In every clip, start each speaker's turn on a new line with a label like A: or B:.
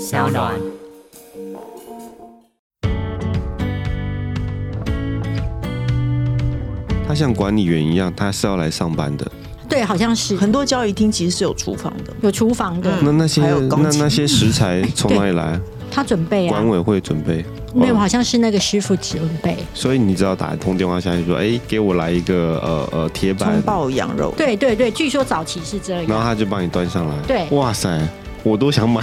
A: 小暖。
B: 他像管理员一样，他是要来上班的。
A: 对，好像是
C: 很多交易厅其实是有厨房的，
A: 有厨房的，
B: 那那些
C: 嗯还有钢
B: 那
C: 琴
B: 那些食 材从哪里来啊？
A: 他准备啊
B: 管，委会准备。
A: 没有，
B: 哦
A: 好像是那个师傅准备。
B: 所以你只要打一通电话下去说，哎、给我来一个呃呃铁板
C: 葱，爆羊肉。
A: 对对对，据说早期是这
B: 然后
A: 样。
B: 他就帮你端上来。
A: 对
B: 哇塞，我都想 买。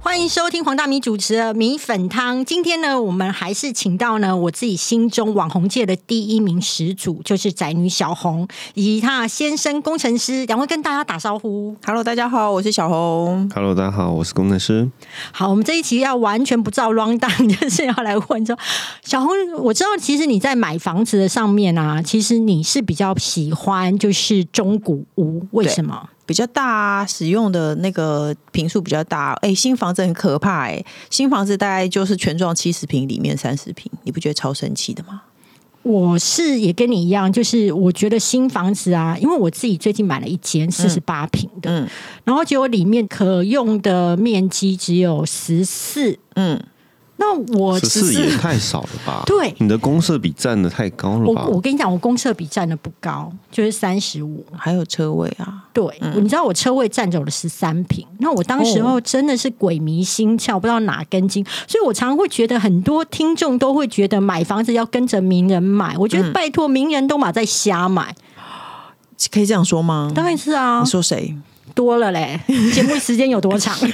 A: 欢迎收听黄大米主持的米粉汤。今天呢，我们还是请到呢我自己心中网红界的第一名始祖，就是宅女小红以及她的先生工程师，两位跟大家打招呼。
C: Hello，大家好，我是小红。
B: Hello，大家好，我是工程师。
A: 好，我们这一期要完全不照 round down，就是 要来问说，小红，我知道其实你在买房子的上面啊，其实你是比较喜欢就是中古屋，为
C: 对
A: 什么？
C: 比较大、啊，使用的那个平数比较大。哎、新房子很可怕哎、新房子大概就是全幢七十平里面三十平，你不觉得超神奇的吗？
A: 我是也跟你一样，就是我觉得新房子啊，因为我自己最近买了一间四十八平的，
C: 嗯
A: 然后结果里面可用的面积只有十四，
C: 嗯，
A: 那我
B: 十四也太少了 吧？
A: 对
B: 你的公社比占的太高了
A: 我
B: 吧？
A: 我跟你讲，我公厕比占的不高，就是三十五。
C: 还有车位啊，
A: 对，你知道我车位占走了十三平，那我当时
C: 哦
A: 候真的是鬼迷心窍，不知道哪根筋，所以我常会觉得很多听众都会觉得买房子要跟着名人买，我
C: 嗯
A: 觉得拜托名人都马在瞎买，
C: 可以这样说吗？
A: 当然是啊
C: 你，说谁？
A: 多了 嘞，节目时间有多长？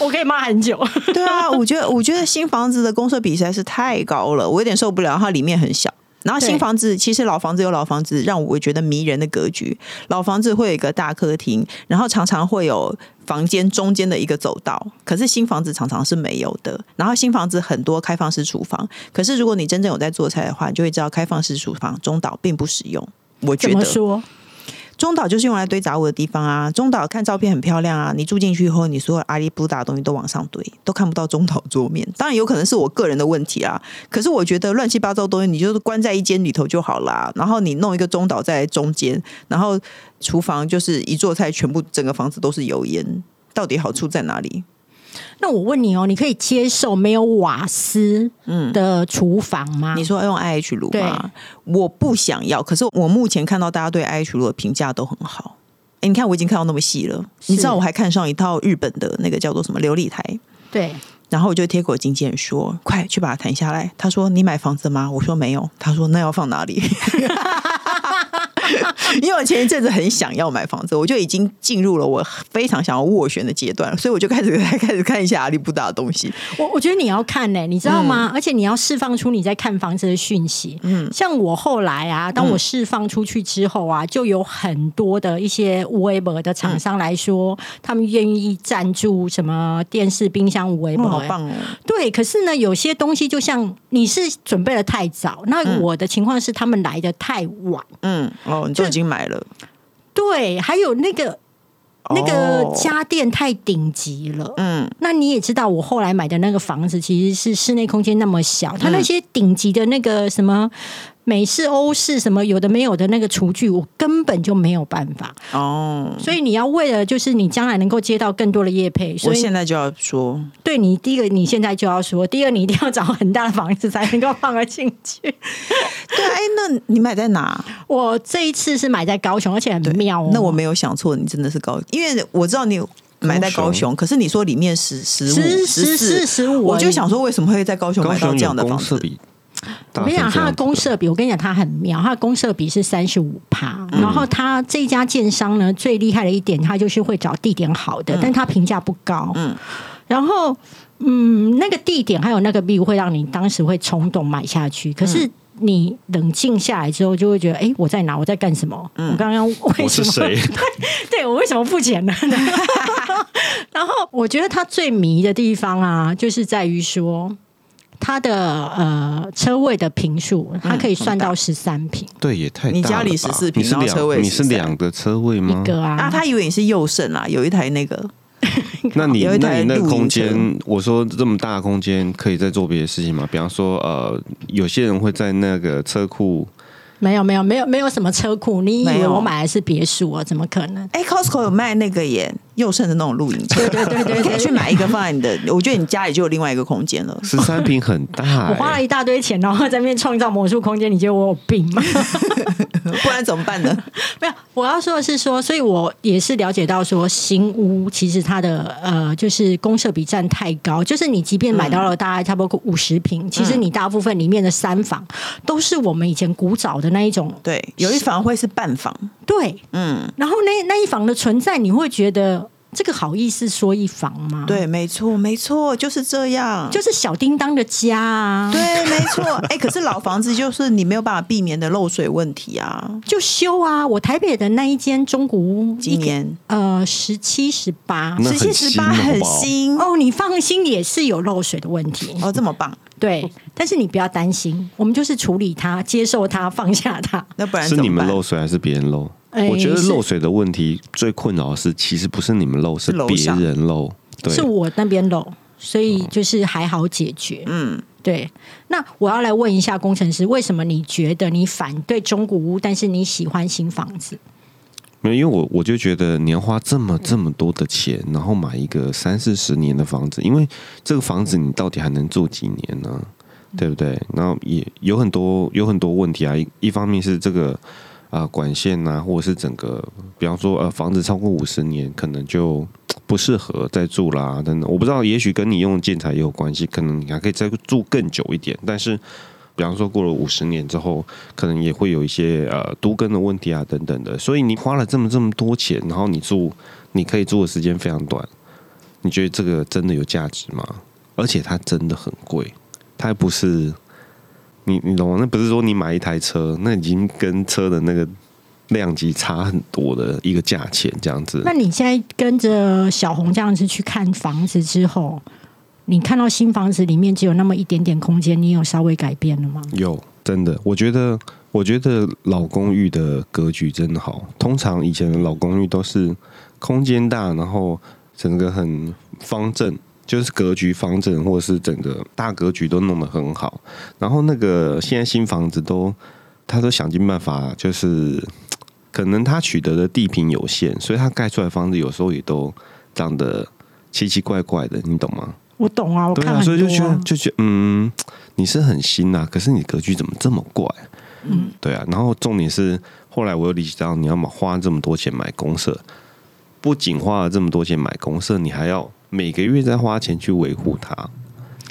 A: 我可以骂很久，
C: 对啊，我觉得我觉得新房子的公设比实在是太高了，我有点受不了。它里面很小，然后
A: 对
C: 新房子其实老房子有老房子让我觉得迷人的格局，老房子会有一个大客厅，然后常常会有房间中间的一个走道，可是新房子常常是没有的。然后新房子很多开放式厨房，可是如果你真正有在做菜的话，你就会知道开放式厨房中岛并不实用。我觉
A: 怎
C: 得
A: 么说？
C: 中岛就是用来堆杂物的地方啊。中岛看照片很漂亮啊，你住进去以后，你所有阿里不达的东西都往上堆，都看不到中岛桌面。当然有可能是我个人的问题啊，可是我觉得乱七八糟的东西，你就是关在一间里头就好啦。然后你弄一个中岛在中间，然后厨房就是一做菜，全部整个房子都是油烟。到底好处在哪里？
A: 那我问你哦，你可以接受没有瓦斯的厨房吗？
C: 嗯你说用 IH 炉吗？我不想要，可是我目前看到大家对 IH 炉的评价都很好。哎，你看我已经看到那么细了，你知道我还看上一套日本的那个叫做什么琉璃台，
A: 对，
C: 然后我就贴给我经纪人说：“快去把它谈下来。”他说：“你买房子吗？”我说：“没有。”他说：“那要放哪里？” 因为我前一阵子很想要买房子，我就已经进入了我非常想要斡旋的阶段，所以我就开始开始看一下阿里不达的东西。
A: 我我觉得你要看呢、你知道吗？
C: 嗯
A: 而且你要释放出你在看房子的讯息。嗯，像我后来啊，当
C: 嗯
A: 我释放出去之后啊，就有很多的一些微博的
C: 嗯
A: 厂商来说，他们愿意赞助什么电视、冰箱、微博、
C: 哇，好棒哦！
A: 对，可是呢，有些东西就像你是准备的太早，那我的情况是他们来的太晚。
C: 嗯，哦，你都已经买了，
A: 对，还有那个那个
C: 哦
A: 家电太顶级了。
C: 嗯，
A: 那你也知道，我后来买的那个房子其实是室内空间那么小，它那些顶级的那个什么美式、欧式什么有的没有的那个厨具，我根本就没有办法。
C: 哦，
A: 所以你要为了就是你将来能够接到更多的业配，所
C: 我
A: 以
C: 现在就要说，
A: 对你第一个你现在就要说，第二你一定要找很大的房子才能够放得进去。
C: 对，哎，那你买在哪？
A: 我这一次是买在高雄，而且很妙哦。
C: 那我没有想错，你真的是高，因为我知道你买在高
B: 高
C: 雄，可是你说里面十十
A: 十
C: 五
A: 十四
C: 四
A: 十五，
C: 我就想说为什么会在高雄
B: 高
C: 买到
B: 雄
C: 这
B: 有
C: 样的
B: 公
C: 房
B: 社
C: 子？啊
B: 比
A: 我
B: 大成这
A: 跟你讲，
B: 样子，
A: 它的公社比，我跟你讲，它很妙，它的公社比是三十五趴。
B: 嗯
A: 然后它这家建商呢，最厉害的一点，它就是会找地点好
B: 嗯
A: 的，但它评价不高。嗯，然后嗯，那个地点还有那个 view 会让你当时会冲动买下
B: 嗯
A: 去，可是。你冷静下来之后，就会觉得，哎、我在哪？我在干什么？我刚刚为
B: 嗯我
A: 什
B: 是
A: 么？
B: 谁？
A: 对我为什么付钱呢？然后我觉得他最迷的地方啊，就是在于说他的呃车位的平数，他可以算到十三平
B: 对，也太大了吧
C: 你家里14
B: 你
C: 平
B: 是
C: 然后车位
B: 两你是
C: 13
B: 两个车位吗
A: 一？个啊，
C: 啊，他以为你是右胜啊，有一台那个
B: 那你
C: 有一
B: 那
C: 台
B: 你那个
C: 露营
B: 空
C: 车
B: 间，我说这么大的空间可以再做别的事情吗？比方说，呃，有些人会在那个车库，
A: 没有没有没有没有什么车库，你以
C: 没
A: 为
C: 有
A: 我买的是别墅啊？怎么可能？
C: 哎、c o s t c o 有卖那个耶，佑胜的那种露营车，
A: 对对对对
C: 你可以去买一个放在你的，我觉得你家里就有另外一个空间了。
B: 十三平很大、
C: 哎
A: 我花了
B: 欸，
A: 一大堆钱，然后在那边创造魔术空间，你觉得我有病吗？
C: 不然怎么办 呢？
A: 没有，我要说的是说，所以我也是了解到说，新屋其实它的呃，就是公设比占太高，就是你即便买到
C: 嗯
A: 了大概差不多五十平，其实你大部分里面的三房都是我们以前古早的那一种，
C: 对，有一房会是半房，
A: 对。
C: 嗯，
A: 然后那那一房的存在，你会觉得这个好意思说一房吗？，
C: 对，没错，没错，就是这样。
A: 就是小叮当的家啊，
C: 对，没错。哎、 可是老房子就是你没有办法避免的漏水问题啊。
A: 就修啊。我台北的那一间中古屋，
C: 今年
A: 呃十七十八。
B: 那
C: 十七、
B: 很
C: 十
B: 新
C: 八
B: 好不
C: 很
B: 好
C: 新哦
A: 哦，你放心，也是有漏水的问题。
C: 哦，这么棒，
A: 对，但是你不要担心，我们就是处理它、接受它、放下它。
C: 那不然
B: 是
C: 怎么
B: 你们
C: 办
B: 漏水还是别人漏？
A: 哎
B: 我觉得
A: 是
B: 漏水的问题最困扰的是，其实不是你们漏，是
C: 楼
B: 别
C: 上
B: 人漏。对，嗯
A: 是我那边漏，所以就是还好解决。
C: 嗯，
A: 对，那我要来问一下工程师，为什么你觉得你反对中古屋，但是你喜欢新房子？
B: 没有，因为我我就觉得你要花这么这么多的钱，然后买一个三四十年的房子，因为这个房子你到底还能住几年呢？对不对？然后也有很多有很多问题啊，一一方面是这个啊、呃管线啊，或者是整个，比方说呃房子超过五十年，可能就嘖不适合再住啦等等。我不知道，也许跟你用的建材也有关系，可能你还可以再住更久一点，但是。比方说，过了五十年之后，可能也会有一些呃都根的问题啊，等等的。所以你花了这么这么多钱，然后你住，你可以住的时间非常短，你觉得这个真的有价值吗？而且它真的很贵，它还不是你你懂吗？那不是说你买一台车，那已经跟车的那个量级差很多的一个价钱这样子
A: 那。你现在跟着小红这样子去看房子之后，你看到新房子里面只有那么一点点空间，你有稍微改变了吗？
B: 有，真的，我觉得，我觉得老公寓的格局真的好。通常以前的老公寓都是空间大，然后整个很方正，就是格局方正，或者是整个大格局都弄得很好。然后那个现在新房子都，他都想尽办法，就是可能他取得的地平有限，所以他盖出来的房子有时候也都长得奇奇怪怪的，你懂吗？
A: 我懂啊，我
B: 对
A: 看
B: 啊，
A: 很
B: 所
A: 多、
B: 以就觉得就觉得嗯，你是很新呐、啊可是你格局怎么这么怪？嗯，对啊。然后重点是，后来我又理解到，你要么花这么多钱买公社，不仅花了这么多钱买公社，你还要每个月再花钱去维护它，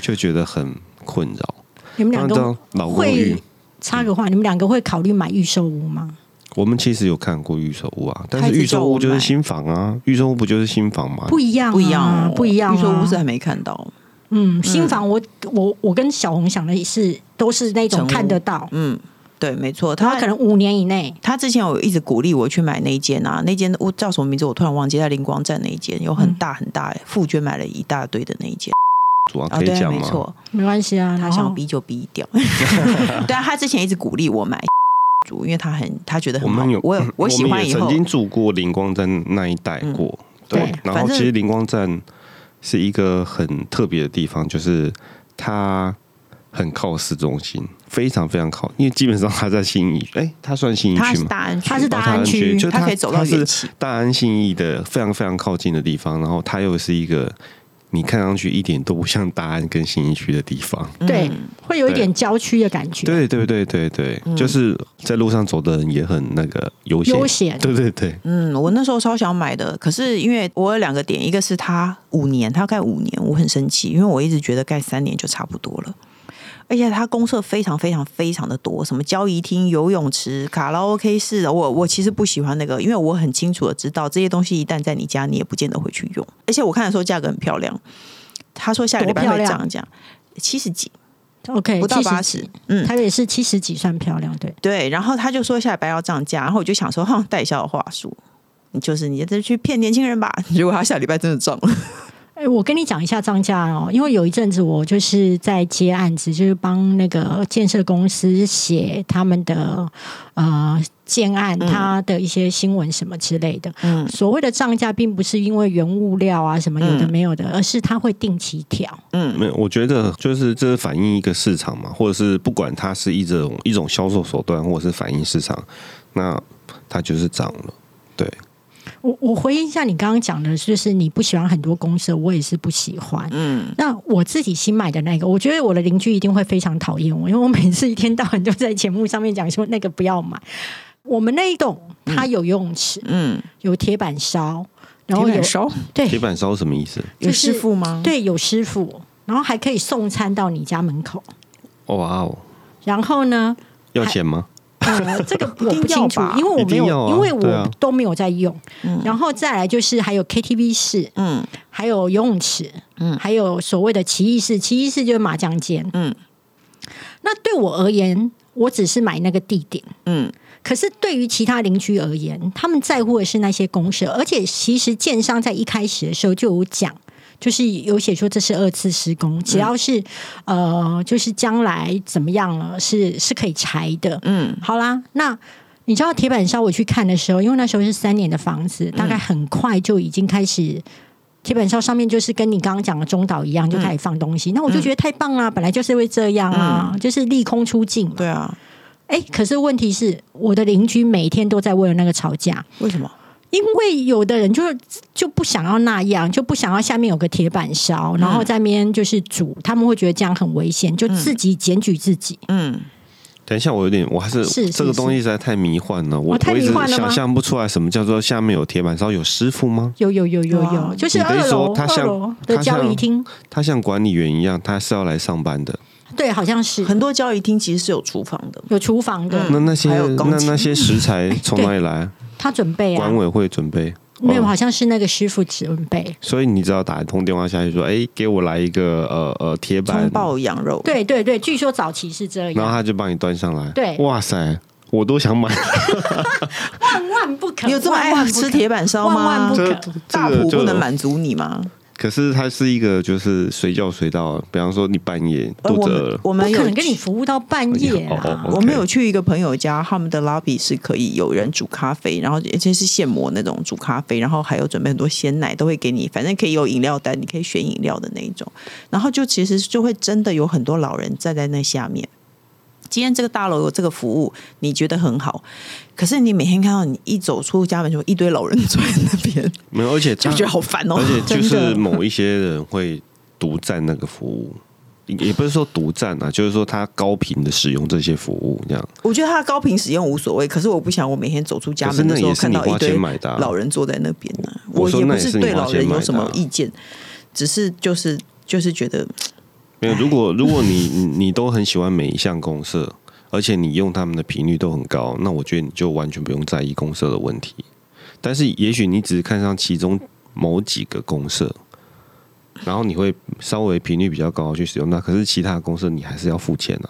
B: 就觉得很困扰。
A: 你们
B: 然
A: 两
B: 后
A: 个
B: 到老公寓
A: 会，插个话，你们两个会考虑买预售屋吗？
B: 我们其实有看过预售屋啊，但
C: 开
B: 是
C: 始
B: 预售
C: 叫我
B: 屋就是
C: 买
B: 新房啊，预售屋不就是新房吗？
A: 不一样、啊，
C: 不一样哦、
A: 不一样、啊。
C: 你说屋是还没看到，
A: 嗯，新房我我我跟小红想的是，都是那
C: 成
A: 种
C: 屋
A: 看得到，
C: 嗯，对，没错，
A: 然后
C: 他
A: 可能五年以内。
C: 他之前有一直鼓励我去买那一间啊，那间我叫什么名字我突然忘记，在灵光站那一间有很大很大、欸，傅娟买了一大堆的那一间
B: 主要
C: 啊，
B: 哦可以
C: 对，
B: 讲
C: 没
B: 吗？
C: 错，
A: 哦没关系啊，
C: 他
A: 然
C: 想
A: 后
C: 逼就逼 掉，对啊，他之前一直鼓励我买 主，因为他很他觉得
B: 我
C: 很好
B: 们有，
C: 我有我喜
B: 们
C: 欢
B: 也
C: 以后嗯
B: 曾，经住过灵光站那一带过，对。
A: 对
B: 然
C: 反
B: 后
C: 正
B: 其实灵光站是一个很特别的地方，就是它很靠市中心，非常非常靠，因为基本上它在信义，哎、它算信义
C: 他
B: 区
C: 是
B: 吗？
C: 大安区，
A: 他是大
B: 哦
A: 安区
B: 就
C: 他可以走到
B: 它
C: 远
B: 是
C: 期，
B: 大安信义的非常非常靠近的地方，然后它又是一个你看上去一点都不像大安跟信义区的地方。
A: 对、
C: 嗯
A: 会有一
B: 对
A: 点郊区的感觉。
B: 对对对对对，就是在路上走的人也很那个悠闲，
A: 悠闲
B: 对对对，
C: 嗯，我那时候超想买的，可是因为我有两个点，一个是他五年，他要盖五年，我很生气，因为我一直觉得盖三年就差不多了。而且它公社非常非常非常的多，什么交谊厅、游泳池、卡拉 OK 室，我我其实不喜欢那个，因为我很清楚的知道这些东西一旦在你家，你也不见得会去用。而且我看的时候价格很漂亮，他说下个礼拜
A: 多漂
C: 会
A: 亮
C: 涨价，七十几，
A: OK，
C: 不到
A: 70
C: 八
A: 几
C: 十，，嗯，
A: 台北市七十几算漂亮，对。
C: 对，然后他就说下礼拜要涨价，然后我就想说， 哼，带笑的话术，你就是你这去骗年轻人吧。结果他下礼拜真的涨了，
A: 哎，我跟你讲一下涨价哦，因为有一阵子我就是在接案子，就是帮那个建设公司写他们的呃建案，它的一些新闻什么之类的。
C: 嗯
A: 所谓的涨价，并不是因为原物料啊什么有的
C: 嗯
A: 没有的，而是它会定期调。
C: 嗯
B: 没有，我觉得就是这是反映一个市场嘛，或者是不管它是一种一种销售手段，或者是反映市场，那它就是涨了。
A: 我我回应一下你刚刚讲的，就是你不喜欢很多公社，我也是不喜欢。
C: 嗯，
A: 那我自己新买的那个，我觉得我的邻居一定会非常讨厌我，因为我每次一天到晚就在节目上面讲说那个不要买。我们那一栋它有游泳池，
C: 嗯，
A: 有铁板烧，然
C: 铁
A: 后有
C: 板烧
B: 铁
A: 对
B: 板烧什么意思？
A: 就
C: 有
A: 是
C: 师傅吗？，
A: 对有师傅，然后还可以送餐到你家门口。
B: 哦哇哦，
A: 然后呢，
B: 要钱吗？
A: 呃，这个 我
C: 定
A: 不
C: 要
A: 清楚
C: 吧，
A: 因为我
B: 一
A: 没
B: 定
A: 有，
B: 要啊
A: 因为
B: 对啊
A: 我都没有在用。然后再来就是还有 KTV 室，
C: 嗯
A: 还有游泳池，嗯，还有所谓的奇异室，奇异室就是麻将间，
C: 嗯。
A: 那对我而言，我只是买那个地点，
C: 嗯
A: 可是对于其他邻居而言，他们在乎的是那些公社，而且其实建商在一开始的时候就有讲。就是有写说这是二次施工，只要是、呃，就是将来怎么样了，是是可以拆的。
C: 嗯
A: 好啦，那你知道铁板烧我去看的时候，因为那时候是三年的房子，大概很快就已经开始。铁板烧上面就是跟你刚刚讲的中岛一样，就开始放东西。那我就觉得太棒啦，本来就是会这样啊，就是利空出尽嘛。
C: 对啊，
A: 哎，可是问题是，我的邻居每天都在为了那个吵架，
C: 为什么？
A: 因为有的人就是就不想要那样，就不想要下面有个铁板烧，然后在那边就是煮，他们会觉得这样很危险，就自己检举自己。
C: 嗯，
B: 等一下，我有点，我还是
A: 是是
B: 这个东西实在太迷幻了，我
A: 哦太
B: 我一
A: 迷
B: 直
A: 幻了吗
B: 想象不出来什么叫做下面有铁板烧有师傅吗？
A: 有有有有
C: 哇
A: 有，就是
B: 你的
A: 二
B: 意思
A: 楼
B: 说他
A: 二
B: 像
A: 楼的
B: 他
A: 交
B: 像
A: 易厅，
B: 他像管理员一样，他是要来上班的。
A: 对，好像是
C: 很多交易厅其实是有厨房的，
A: 有厨房的，
B: 那那些
C: 还有钢
B: 那
C: 琴
B: 那些食 材从哪里来？
A: 他准备啊
B: 管，委会准备。
A: 没有，
B: 哦
A: 好像是那个师傅准备。
B: 所以你只要打一通电话下去说，哎，给我来一个呃呃铁板
C: 葱，爆羊肉，，
A: 对对对，据说早期是这
B: 然后
A: 样，
B: 他就帮你端上来。
A: 对
B: 哇塞，我都想买。
A: 万万不可。
C: 你有这么爱
A: 万万不可
C: 吃铁板烧吗？
A: 万万不可
B: 这
C: 大
B: 这
C: 埔
B: 个就
C: 不能满足你吗？
B: 可是它是一个就是随叫随到，比方说你半夜
C: 呃
B: 肚
C: 我
B: 子
C: 们
B: 饿了，
C: 我们
A: 不
C: 有
A: 可能跟你服务到半夜
B: 哎呀
A: 啊
B: 哦！哦
C: 我
B: OK
C: 们有去一个朋友家，他们的 lobby 是可以有人煮咖啡，然后而且是现磨那种煮咖啡，然后还有准备很多鲜奶，都会给你，反正可以有饮料单，你可以选饮料的那一种。然后就其实就会真的有很多老人站在那下面。今天这个大楼有这个服务，你觉得很好，可是你每天看到你一走出家门，就一堆老人坐在那边，
B: 没有，而且
C: 就
B: 它
C: 觉得好烦哦
B: 而。且就
A: 真
B: 是
A: 的
B: 某一些人会独占那个服务。也也不是说独占啊，就是说他高频的使用这些服务，这样。
C: 我觉得它的高频使用无所谓，可是我不想我每天走出家
B: 可是
C: 门
B: 那
C: 的时候
B: 也是
C: 看
B: 你
C: 到一
B: 花
C: 堆
B: 钱买的、啊，
C: 老人坐在那边呢、
B: 我
C: 我
B: 说
C: 也
B: 那
C: 不
B: 也是
C: 是
B: 你
C: 对
B: 花
C: 老
B: 钱
C: 人
B: 买
C: 有
B: 的
C: 什么
B: 啊
C: 意见，只是就是就是觉得
B: 没有。如果如果你你你都很喜欢每一项公社，而且你用他们的频率都很高，那我觉得你就完全不用在意公社的问题。但是也许你只是看上其中某几个公社，然后你会稍微频率比较高去使用它，可是其他的公社你还是要付钱啊，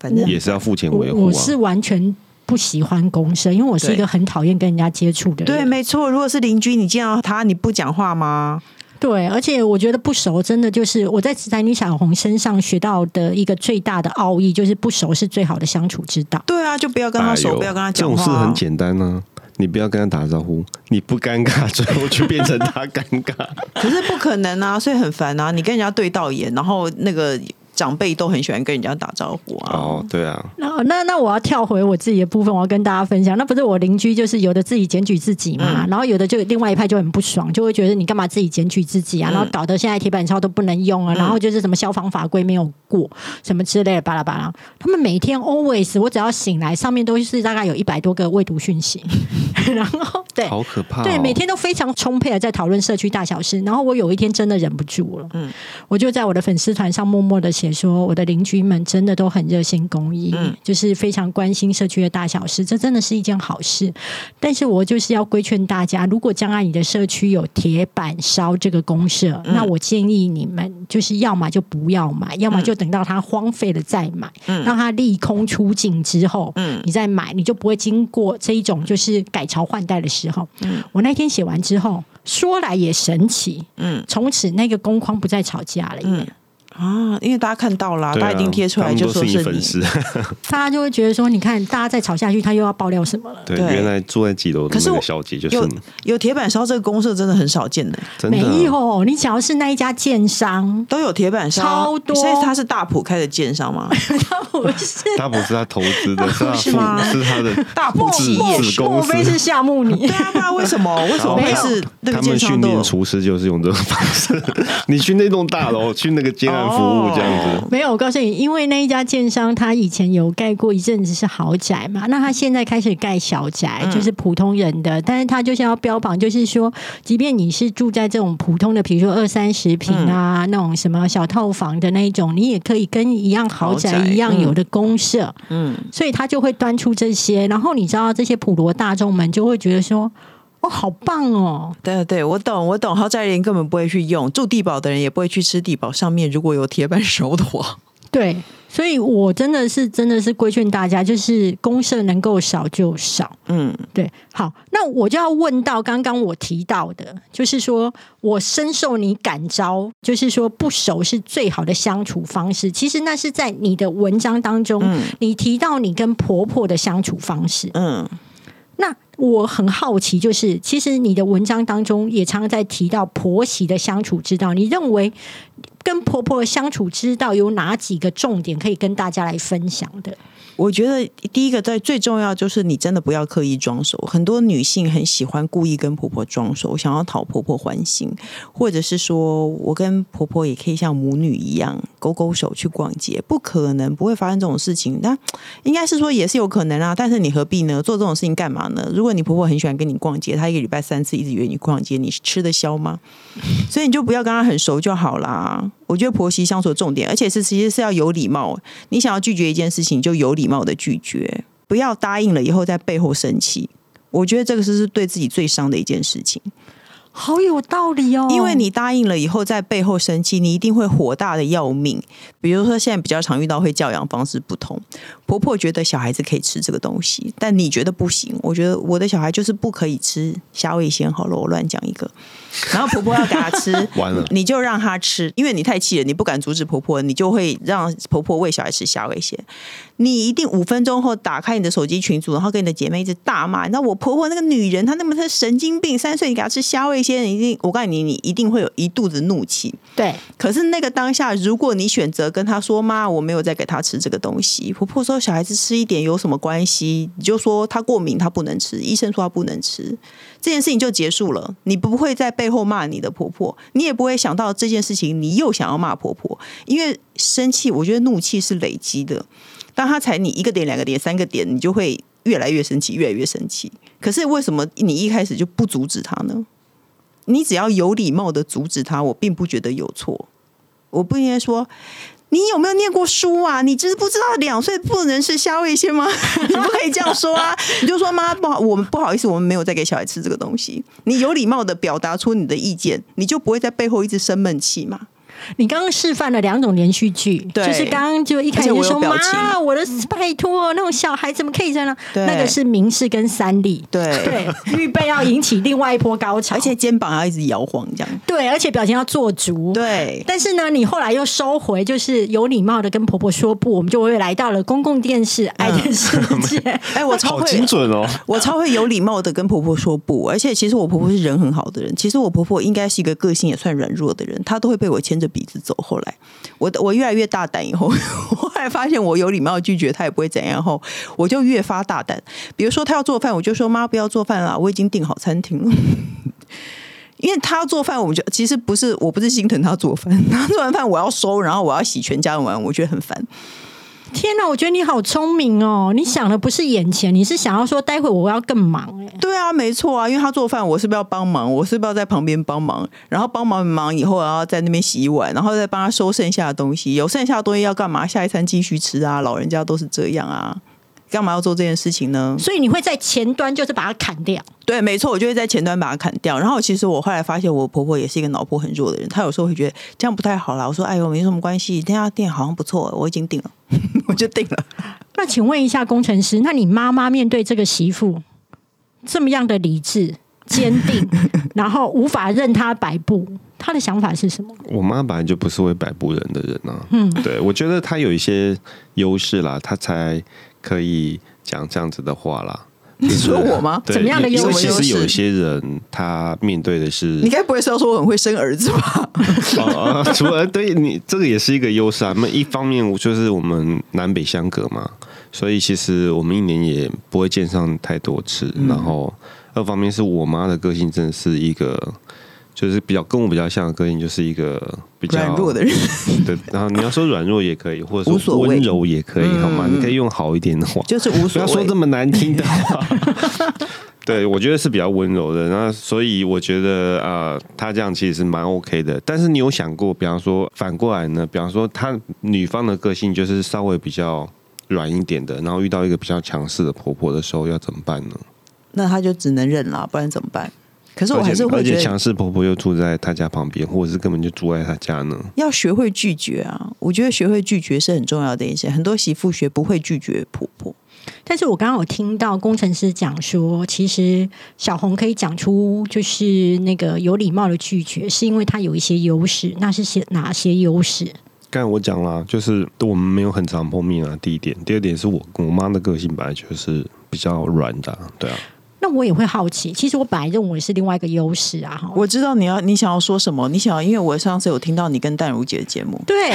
C: 反正
B: 也是要付钱维
A: 我
B: 护
A: 我
B: 啊。
A: 是完全不喜欢公社，因为我是一个很讨厌跟人家接触的
C: 对，
A: 人。
C: 没错。如果是邻居，你见到他你不讲话吗？
A: 对，而且我觉得不熟真的就是我在宅女小红身上学到的一个最大的奥义，就是不熟是最好的相处之道。
C: 对啊，就不要跟他
B: 哎
C: 熟，
B: 呦
C: 不要跟他
B: 这
C: 讲
B: 种
C: 话、啊
B: 事很简单啊。你不要跟他打招呼，你不尴尬，最后就变成他尴尬。
C: 可是不可能啊，所以很烦啊。你跟人家对到眼，然后那个长辈都很喜欢跟人家打招呼啊。
B: 哦，对啊，
A: 那那那我要跳回我自己的部分，我要跟大家分享。那不是我邻居，就是有的自己检举自己嘛，然后有的就另外一派就很不爽，就会觉得你干嘛自己检举自己啊？然后搞得现在铁板烧都不能用啊，然后就是什么消防法规没有过，什么之类的巴拉巴拉。他们每天 always，我只要醒来，上面都是大概有一百多个未读讯息， 然后对，
B: 好可怕、哦。
A: 对，每天都非常充沛的在讨论社区大小事。然后我有一天真的忍不住了，嗯，我就在我的粉丝团上默默的写说，我的邻居们真的都很热心公益，就是非常关心社区的大小事，这真的是一件好事。但是我就是要规劝大家，如果将来你的社区有铁板烧这个公社，
C: 嗯
A: 那我建议你们就是要么就不要买，要么就等到它荒废了再买，
C: 嗯
A: 让它利空出尽之后，你再买，你就不会经过这一种就是改朝换代的时候。我那天写完之后，说来也神奇，
C: 嗯
A: 从此那个工框不再吵架了耶。
C: 嗯啊，因为大家看到了，
B: 对
C: 大家
B: 啊
C: 已经贴出
B: 他
C: 来
B: 们
C: 就
B: 都
C: 说
B: 是你
C: 是
B: 粉
C: 你，
B: 丝，
A: 大家就会觉得说，你看大家再吵下去，他又要爆料什么了？
B: 对，
C: 对
B: 原来住在几楼的
C: 可是
B: 那
C: 我
B: 个小姐就是
C: 有
B: 你，
C: 有铁板烧这个公社真的很少见的，
B: 真的啊
A: 没有，你只要是那一家建商，
C: 都有铁板烧，
A: 超多
C: 所以他是大埔开的建商吗？
A: 他不是
B: 他不是他投资 的，是他
C: 是吗
B: 父是他的
C: 大埔
A: 莫
C: 企业
A: 莫
B: 子
A: 莫
B: 公司
A: 非是夏目你
C: 对？啊，不然为什么？为什么
B: 没
C: 会
A: 有
C: 是那个
B: 他
C: 建
B: 们
C: 商
B: 训
C: 都
B: 练
C: 有？
B: 厨师就是用这种方式。 你去那栋大 楼，去那个接案服务这样
C: 哦
B: 子，
A: 没有，我告诉你，因为那一家建商，他以前有盖过一阵子是豪宅嘛，那他现在开始盖小宅，
C: 嗯
A: 就是普通人的，但是他就是要标榜，就是说，即便你是住在这种普通的，比如说二三十平
C: 嗯
A: 啊，那种什么小套房的那一种，你也可以跟一样豪宅
C: 豪宅
A: 一样
C: 嗯
A: 有的公社，
C: 嗯，
A: 所以他就会端出这些，然后你知道这些普罗大众们就会觉得说，哦，好棒哦，
C: 对对，我懂，我懂。豪宅人根本不会去用，住地堡的人也不会去吃地堡上面如果有铁板烧的话。
A: 对，所以我真的是真的是规劝大家，就是公社能够少就少。
C: 嗯，
A: 对，好，那我就要问到刚刚我提到的，就是说我深受你感召，就是说不熟是最好的相处方式。其实那是在你的文章当中，你提到你跟婆婆的相处方式。
C: 嗯，
A: 那我很好奇，就是其实你的文章当中也常常在提到婆媳的相处之道，你认为跟婆婆的相处之道有哪几个重点可以跟大家来分享的？
C: 我觉得第一个最最重要就是你真的不要刻意装熟。很多女性很喜欢故意跟婆婆装熟，想要讨婆婆欢心，或者是说我跟婆婆也可以像母女一样勾勾手去逛街，不可能不会发生这种事情。那应该是说也是有可能啊，但是你何必呢？做这种事情干嘛呢？如果你婆婆很喜欢跟你逛街，她一个礼拜三次一直约你逛街，你是吃得消吗？所以你就不要跟她很熟就好啦。我觉得婆媳相处的重点，而且是其实是要有礼貌。你想要拒绝一件事情，就有礼貌的拒绝，不要答应了以后在背后生气。我觉得这个是是对自己最伤的一件事情，
A: 好有道理哦，
C: 因为你答应了以后在背后生气，你一定会火大的要命。比如说现在比较常遇到会教养方式不同，婆婆觉得小孩子可以吃这个东西，但你觉得不行。我觉得我的小孩就是不可以吃虾味鲜，好了，我乱讲 一个。然后婆婆要给他吃，
B: 完了
C: 你就让他吃，因为你太气了，你不敢阻止婆婆，你就会让婆婆喂小孩吃虾味鲜。你一定五分钟后打开你的手机群组，然后跟你的姐妹一直大骂，你知道我婆婆那个女人，她那么她神经病，三岁你给她吃虾味鲜，你一定，我告诉你，你一定会有一肚子怒气。
A: 对
C: 可是那个当下，如果你选择跟她说妈，我没有再给她吃这个东西，婆婆说小孩子吃一点有什么关系？你就说她过敏，她不能吃，医生说她不能吃，这件事情就结束了。你不会在背后骂你的婆婆，你也不会想到这件事情，你又想要骂婆婆，因为生气，我觉得怒气是累积的。当她踩你一个点、两个点、三个点，你就会越来越生气，越来越生气。可是为什么你一开始就不阻止她呢？你只要有礼貌的阻止她，我并不觉得有错。我不应该说。你有没有念过书啊？你知不知道两岁不能吃虾味鲜吗？ 你不可以这样说啊！你就说妈，不好，我们不好意思，我们没有再给小孩吃这个东西。你有礼貌的表达出你的意见，你就不会在背后一直生闷气嘛。
A: 你刚刚示范了两种连续剧，
C: 对
A: 就是刚刚就一开始
C: 而且
A: 就
C: 我有
A: 说
C: 表情
A: 妈，我的拜托，那种小孩怎么可以这样？
C: 对
A: 那个是明示跟三立，
C: 对
A: 对，预备要引起另外一波高潮，
C: 而且肩膀要一直摇晃，这样
A: 对，而且表情要做 足，
C: 对。
A: 但是呢，你后来又收回，就是有礼貌的跟婆婆说不，我们就会来到了公共电视爱的世界。
C: 哎、我超
B: 好
C: 会，
B: 精准哦！
C: 我超会有礼貌的跟婆婆说不，而且其实我婆婆是人很好的人，其实我婆婆应该是一个个性也算软弱的人，她都会被我牵着鼻子走。后来我我越来越大胆，以后 我后来发现我有礼貌拒绝她也不会怎样，后我就越发大胆。比如说她要做饭，我就说妈不要做饭啦，我已经订好餐厅了。 因为她要做饭，我们就其实不是，我不是心疼她做饭， 她做完饭我要收，然后我要洗全家的碗，我觉得很烦。
A: 天哪，我觉得你好聪明哦！你想的不是眼前，你是想要说，待会我要更忙、哎，
C: 对啊，没错啊，因为他做饭，我是不是要帮忙？我是不是要在旁边帮忙？然后帮忙忙以后，然后在那边洗碗，然后再帮他收剩下的东西。有剩下的东西要干嘛？下一餐继续吃啊！老人家都是这样啊，干嘛要做这件事情呢？
A: 所以你会在前端就是把它砍掉。
C: 对，没错，我就会在前端把它砍掉。然后其实我后来发现，我婆婆也是一个脑波很弱的人，她有时候会觉得这样不太好啦。我说，哎呦，没什么关系，这家店好像不错，我已经 定了，我就定了。
A: 那请问一下工程师，那你妈妈面对这个媳妇这么样的理智，坚定，然后无法任他摆布。他的想法是什么？
B: 我妈本来就不是会摆布人的人啊，嗯，对，我觉得她有一些优势啦，她才可以讲这样子的话啦。你
C: 说我吗
B: 对啊
A: 怎么样的
B: 因为
A: 优势
B: 其实有一些人他面对的是
C: 你该不会是要说我很会生儿子吧？
B: 哦，除了对你这个也是一个优势啊。那一方面就是我们南北相隔嘛，所以其实我们一年也不会见上太多次。
C: 嗯
B: 然后二方面是我妈的个性真的是一个，就是比较跟我比较像的个性，就是一个比较
C: 软弱的人，
B: 对。然后你要说软弱也可以，或者
C: 无
B: 说
C: 所谓嗯
B: 温柔也可以，好吗？你可以用好一点的话，
C: 就是无
B: 不
C: 所
B: 要说
C: 谓
B: 这。么难听的话。 对，我觉得是比较温柔的。那所以我觉得呃，他这样其实是蛮 OK 的。但是你有想过，比方说反过来呢？比方说他女方的个性就是稍微比较软一点的，然后遇到一个比较强势的婆婆的时候要怎么办呢？
C: 那他就只能认了，不然怎么办？可是我还是
B: 而
C: 会
B: 且
C: 觉
B: 而且
C: 得
B: 强势婆婆又住在她家旁边，或者是根本就住在她家呢。
C: 要学会拒绝啊！我觉得学会拒绝是很重要的一些，很多媳妇学不会拒绝婆婆。
A: 但是我刚刚有听到工程师讲说，其实小红可以讲出就是那个有礼貌的拒绝，是因为她有一些优势。那是些哪些优势？
B: 刚才我讲啦，就是我们没有很常碰面啊。第一点，第二点是我我妈的个性本来就是比较软的啊、对啊。
A: 那我也会好奇，其实我本来认为是另外一个优势啊，哈。
C: 我知道你要你想要说什么，你想要，因为我上次有听到你跟淡如姐的节目，
A: 对，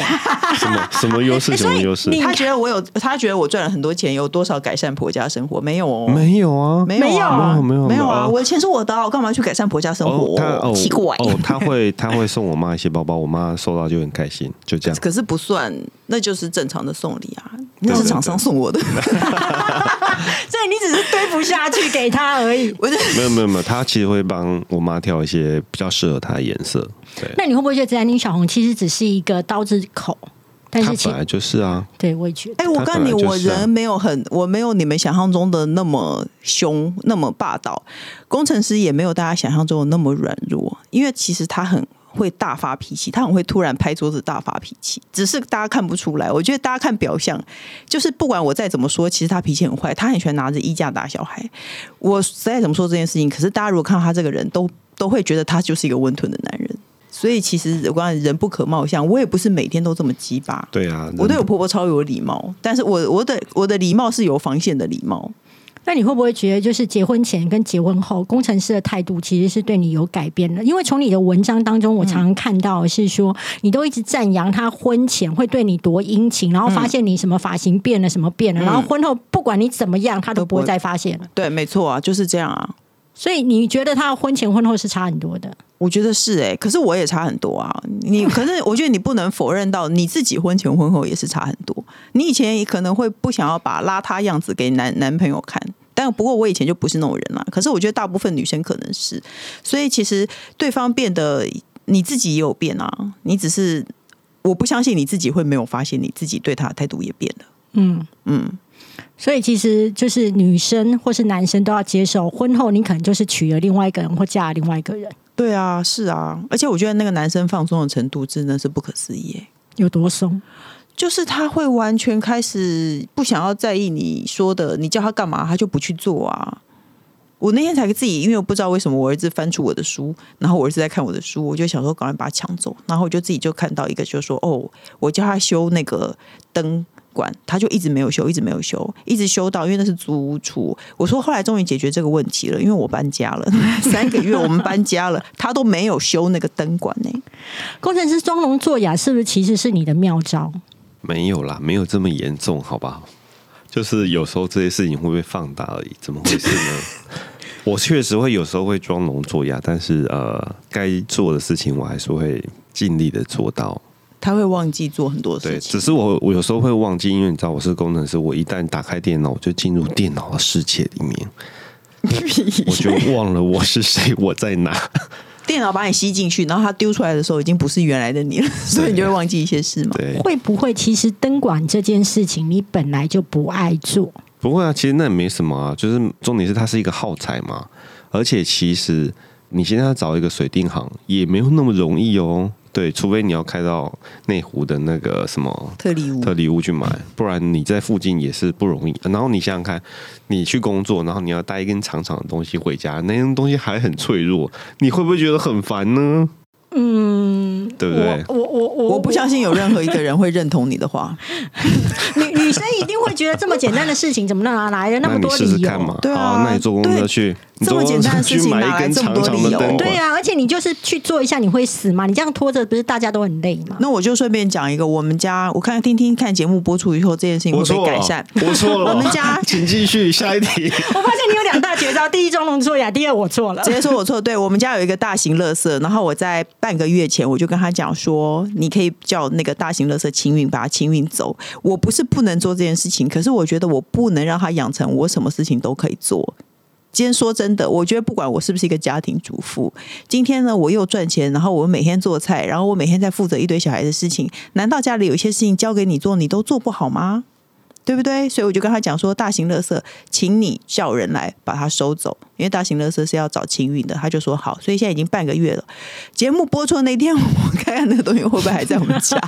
B: 什么什么优势？
A: 欸
B: 什
A: 所以
B: 么优势？
A: 你
C: 她觉得我有，她觉得我赚了很多钱，有多少改善婆家生活？没有哦，
B: 没有啊，
C: 没有
B: 没
C: 啊，
B: 有没有
C: 没有啊！
B: 哦
C: 我的钱是我的啊，我干嘛去改善婆家生
B: 哦，
C: 活？
B: 他哦
C: 奇怪。
B: 哦，他会他会送我妈一些包包，我妈收到就很开心，就这样。
C: 可是不算，那就是正常的送礼啊，那
B: 对
C: 是
B: 对
C: 厂商送我的。
A: 所以你只是堆不下去给她而已。
C: 我就
B: 没有没有没有，他其实会帮我妈挑一些比较适合她的颜色。对，
A: 那你会不会觉得詹妮小红其实只是一个刀子口？但
B: 她
A: 是其
B: 本来就是啊，
A: 对我也觉得，
C: 哎、我
B: 他
C: 告诉
B: 本来
C: 你，
B: 就
C: 我
B: 是啊
C: 人没有很，我没有你们想象中的那么凶，那么霸道。工程师也没有大家想象中的那么软弱，因为其实他很会大发脾气，他很会突然拍桌子大发脾气，只是大家看不出来。我觉得大家看表象，就是不管我再怎么说，其实他脾气很坏，他很喜欢拿着衣架打小孩。我再怎么说这件事情，可是大家如果看到他这个人都都会觉得他就是一个温吞的男人。所以其实我刚才人不可貌相，我也不是每天都这么鸡巴。
B: 对啊，
C: 我对我
B: 人
C: 婆婆超有礼貌，但是我我的我的礼貌是有防线的礼貌。
A: 那你会不会觉得，就是结婚前跟结婚后，工程师的态度其实是对你有改变的？因为从你的文章当中，我常常看到的是说，你都一直赞扬他婚前会对你多殷勤，然后发现你什么发型变了，什么变了，然后婚后不管你怎么样，他都不会再发现了。
C: 对，没错啊，就是这样啊。
A: 所以你觉得他的婚前婚后是差很多的？
C: 我觉得是哎、可是我也差很多啊。你可是我觉得你不能否认到你自己婚前婚后也是差很多。你以前也可能会不想要把邋遢样子给男男朋友看，但不过我以前就不是那种人啦。啊可是我觉得大部分女生可能是，所以其实对方变得你自己也有变啊。你只是我不相信你自己会没有发现你自己对他的态度也变了。
A: 嗯
C: 嗯。
A: 所以其实就是女生或是男生都要接受，婚后你可能就是娶了另外一个人或嫁了另外一个人，
C: 对啊，是啊，而且我觉得那个男生放松的程度真的是不可思议耶，
A: 有多松？
C: 就是他会完全开始不想要在意你说的，你叫他干嘛他就不去做啊。我那天才自己，因为我不知道为什么我儿子翻出我的书，然后我儿子在看我的书，我就想说赶快把他抢走，然后我就自己就看到一个，就说哦，我叫他修那个灯管，他就一直没有修，一直没有修，一直修到因为那是租屋处。我说后来终于解决这个问题了，因为我搬家了， 三个月我们搬家了，他都没有修那个灯管呢、
A: 工程师装聋作哑是不是其实是你的妙招？
B: 没有啦，没有这么严重，好不好？就是有时候这些事情会被放大而已，怎么回事呢？我确实会有时候会装聋作哑，但是呃，该做的事情我还是会尽力的做到。
C: 他会忘记做很多
B: 对，
C: 事情。
B: 只是我我有时候会忘记，因为你知道我是工程师，我一旦打开电脑，我就进入电脑的世界里 面，我就忘了我是谁，我在 哪。
C: 电脑把你吸进去，然后它丢出来的时候已经不是原来的你了， 所以你就会忘记一些事嘛。
B: 对，
A: 会不会其实灯管这件事情你本来就不爱做？
B: 不会啊，其实那也没什么啊，就是重点是它是一个耗材嘛，而且其实你现在要找一个水电行也没有那么容易哦。对，除非你要开到内湖的那个什么
C: 特例屋，
B: 特礼物去买，不然你在附近也是不容易。然后你想想看，你去工作，然后你要带一根长长的东西回家，那根东西还很脆弱，你会不会觉得很烦呢？嗯，对不对？
A: 我我我我
C: 我不相信有任何一个人会认同你的话。
A: 女女生一定会觉得这么简单的事情怎么哪来的那
B: 那
A: 么
B: 你
A: 多
B: 试
A: 理由？
B: 试看嘛。
C: 对啊
B: 好那你坐公车去，你
C: 这
B: 坐
C: 么
B: 公
C: 简单
B: 车
C: 的事
B: 去
C: 情
B: 买
C: 哪
B: 一
C: 来
B: 根
C: 这么
B: 长
C: 多
B: 长的
C: 理由
B: 灯管。
A: 对啊，而且你就是去做一下，你会死吗？你这样拖着，不是大家都很累 吗？
C: 那我就顺便讲一个，我们家我看听听看节目播出以后，这件事情会
B: 我哦
C: 不
B: 错
C: 会改
B: 了
C: 善？，
B: 我错了。
C: 我们家
B: 请继续下一题。
A: 我发现你有两大绝招，第一中龙错呀，第二我错了
C: 直。接说我错， 对我们家有一个大型垃圾，然后我在半个月前我就跟他讲说，你可以叫那个大型垃圾清运，把它清运走。我不是不能做这件事情，可是我觉得我不能让他养成我什么事情都可以做。今天说真的，我觉得不管我是不是一个家庭主妇，今天呢我又赚钱，然后我每天做菜，然后我每天在负责一堆小孩的事情，难道家里有一些事情交给你做，你都做不好吗？对不对？所以我就跟他讲说，大型垃圾，请你叫人来把它收走，因为大型垃圾是要找清运的。他就说好，所以现在已经半个月了。节目播出的那天，我看看那个东西会不会还在我们家。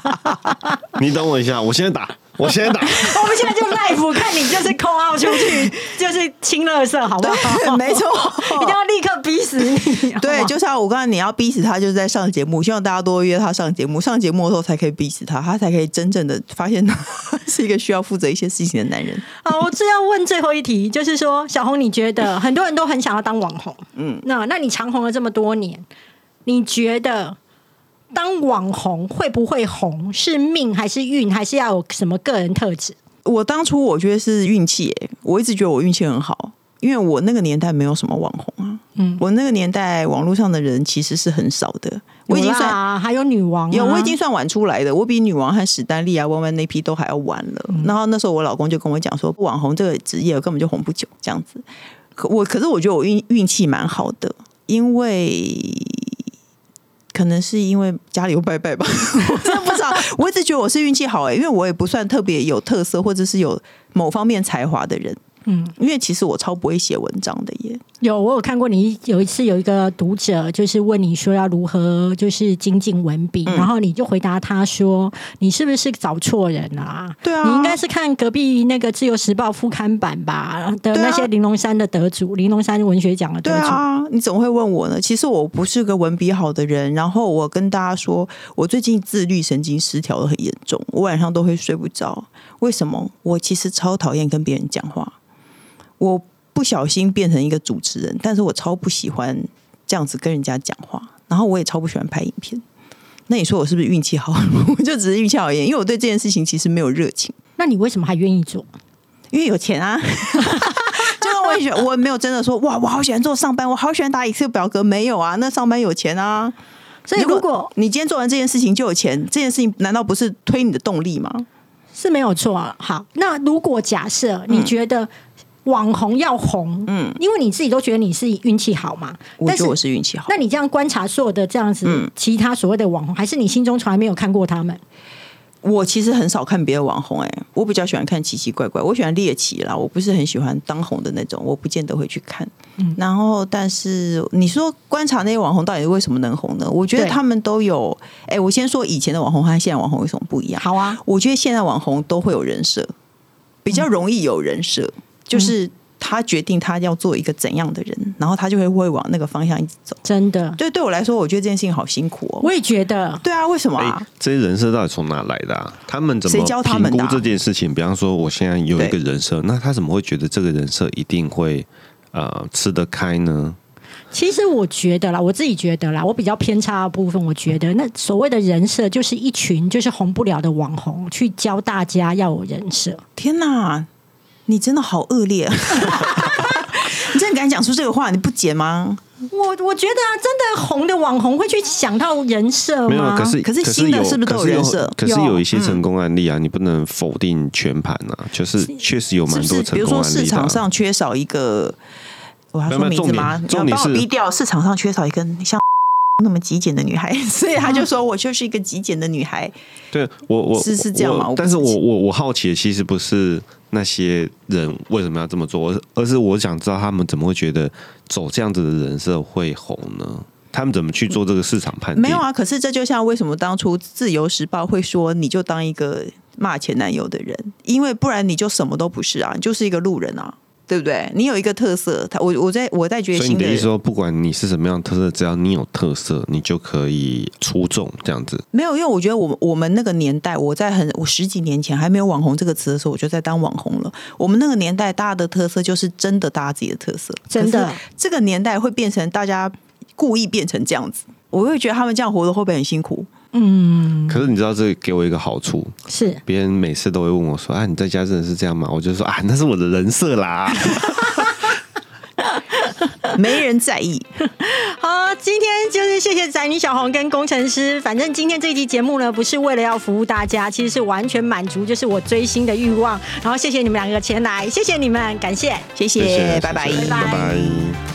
B: 你等我一下，我现在打，我现在打。
A: 我们现在就 live 看你就是空奥出去，就是清垃圾，好不好？
C: 对，没错，
A: 一定要立刻逼死你。好不好
C: 对，就是啊要我刚才你要逼死他，就是在上节目，希望大家多约他上节目。上节目的时候才可以逼死他，他才可以真正的发现他 是一个需要负责一些事情的男人。
A: 好，我只要问最后一题，就是说，小红，你觉得很多人都很想要当网红，嗯，那那你长红了这么多年，你觉得当网红会不会红，是命还是运，还是要有什么个人特质？
C: 我当初我觉得是运气、欸，我一直觉得我运气很好，因为我那个年代没有什么网红啊，嗯，我那个年代网络上的人其实是很少的，我已经
A: 有
C: 算。
A: 啦还有女王、啊，
C: 有，我已经算晚出来的，我比女王和史丹利啊、弯弯那批都还要晚了。
A: 嗯
C: 然后那时候我老公就跟我讲说，网红这个职业根本就红不久，这样子。可我可是我觉得我运运气蛮好的，因为可能是因为家里有拜 拜吧，我真的不知道。我一直觉得我是运气好哎、因为我也不算特别有特色或者是有某方面才华的人。嗯，因为其实我超不会写文章的耶。
A: 有，我有看过你有一次有一个读者就是问你说要如何就是精进文笔，
C: 嗯
A: 然后你就回答他说你是不是找错人了啊？
C: 对啊
A: 你应该是看隔壁那个《自由时报》副刊版吧的
C: 对啊
A: 那些玲珑山的得主，玲珑山文学奖的得
C: 对
A: 主。
C: 啊，你怎么会问我呢？其实我不是个文笔好的人，然后我跟大家说，我最近自律神经失调的很严重，我晚上都会睡不着。为什么？我其实超讨厌跟别人讲话，我不小心变成一个主持人，但是我超不喜欢这样子跟人家讲话，然后我也超不喜欢拍影片。那你说我是不是运气好？ 我就只是运气好而已，因为我对这件事情其实没有热情。
A: 那你为什么还愿意做？
C: 因为有钱啊。 就是我也觉得我没有真的说哇，我好喜欢做上班，我好喜欢打 Excel 表格，没有啊，那上班有钱啊。
A: 所以如果
C: 你今天做完这件事情就有钱，这件事情难道不是推你的动力吗？
A: 是没有错啊，好，那如果假设你觉得网红要红，嗯，因为你自己都觉得你是运气好嘛，
C: 我
A: 但
C: 觉
A: 是
C: 得我是运气好。
A: 那你这样观察所有的这样
B: 嗯
A: 子其他所谓的网红，还是你心中从来没有看过他们？
C: 我其实很少看别的网红、哎，我比较喜欢看奇奇怪怪，我喜欢猎奇啦，我不是很喜欢当红的那种，我不见得会去看。
A: 嗯
C: 然后，但是你说观察那些网红到底为什么能红呢？我觉得
A: 对
C: 他们都有，哎、我先说以前的网红和现在网红有什么不一样？
A: 好啊，
C: 我觉得现在网红都会有人设，比较容易有人设，
A: 嗯
C: 就是他决定他要做一个怎样的人，然后他就会会往那个方向一直走。
A: 真的，
C: 对，对我来说，我觉得这件事情好辛苦哦。
A: 我也觉得。
C: 对啊，为什么
B: 哎、
C: 啊？
B: 这些人设到底从哪来的、啊？他们怎
C: 谁
B: 么
C: 教他
B: 评
C: 们的
B: 估
C: 啊
B: 这件事情？比方说，我现在有一个
C: 对
B: 人设，那他怎么会觉得这个人设一定会呃吃得开呢？
A: 其实我觉得啦，我自己觉得啦，我比较偏差的部分，我觉得那所谓的人设就是一群就是红不了的网红去教大家要有人设。
C: 天哪，你真的好 恶劣！你真的敢讲出这个话，你不解吗？
A: 我我觉得啊，真的红的网红会去想到人设
B: 没有，啊
A: 吗？
B: 可是
C: 啊可是
B: 是
C: 新的
B: 有
C: 是不是都有嗯
B: 可
C: 人设
B: 可是
A: 有
B: 有一些成功案例啊，你不能否定全盘啊，就是确实有
C: 是
B: 蛮
C: 不
B: 多
C: 是？比
B: 成
C: 如
B: 功
C: 说
B: 案例的啊、
C: 市场上缺少一个，我要
B: 没有
C: 说
B: 没有
C: 名字吗？你
B: 重
C: 要
B: 点重点
C: 帮我
B: 是
C: 逼掉市场上缺少一个像 那么极简的 女孩，所以他就说我就是一个极简的女孩。
B: 对我我
C: 是是这样吗
B: 我
C: 我不
B: 但是我
C: 知
B: 我我好奇，的其实不是那些人为什么要这么做，而是而是我想知道他们怎么会觉得走这样子的人设会红呢？他们怎么去做这个市场判定？
C: 没有啊，可是这就像为什么当初《自由时报》会说你就当一个骂前男友的人，因为不然你就什么都不是啊，你就是一个路人啊，对不对？你有一个特色，他我我在我在觉得
B: 所以你
C: 新
B: 的意
C: 人
B: 思说，不管你是什么样的特色，只要你有特色，你就可以出众这样子。
C: 没有，因为我觉得我们我们那个年代，我在很我十几年前还没有“网红”这个词的时候，我就在当网红了。我们那个年代，大家的特色就是真的大家自己的特色，
A: 真的。
C: 这个年代会变成大家故意变成这样子，我会觉得他们这样活得会不会很辛苦？
A: 嗯，
B: 可是你知道这给我一个好处，
A: 是
B: 别人每次都会问我说：“啊，你在家真的是这样吗？”我就说：“啊，那是我的人设啦。
C: 没人在意，
A: 好，今天就是谢谢宅女小红跟工程师。反正今天这一集节目呢，不是为了要服务大家，其实是完全满足就是我追星的欲望。然后谢谢你们两个前来，谢谢你们，感谢。
C: 谢”
B: 谢谢，
C: 拜拜，
B: 谢谢拜拜。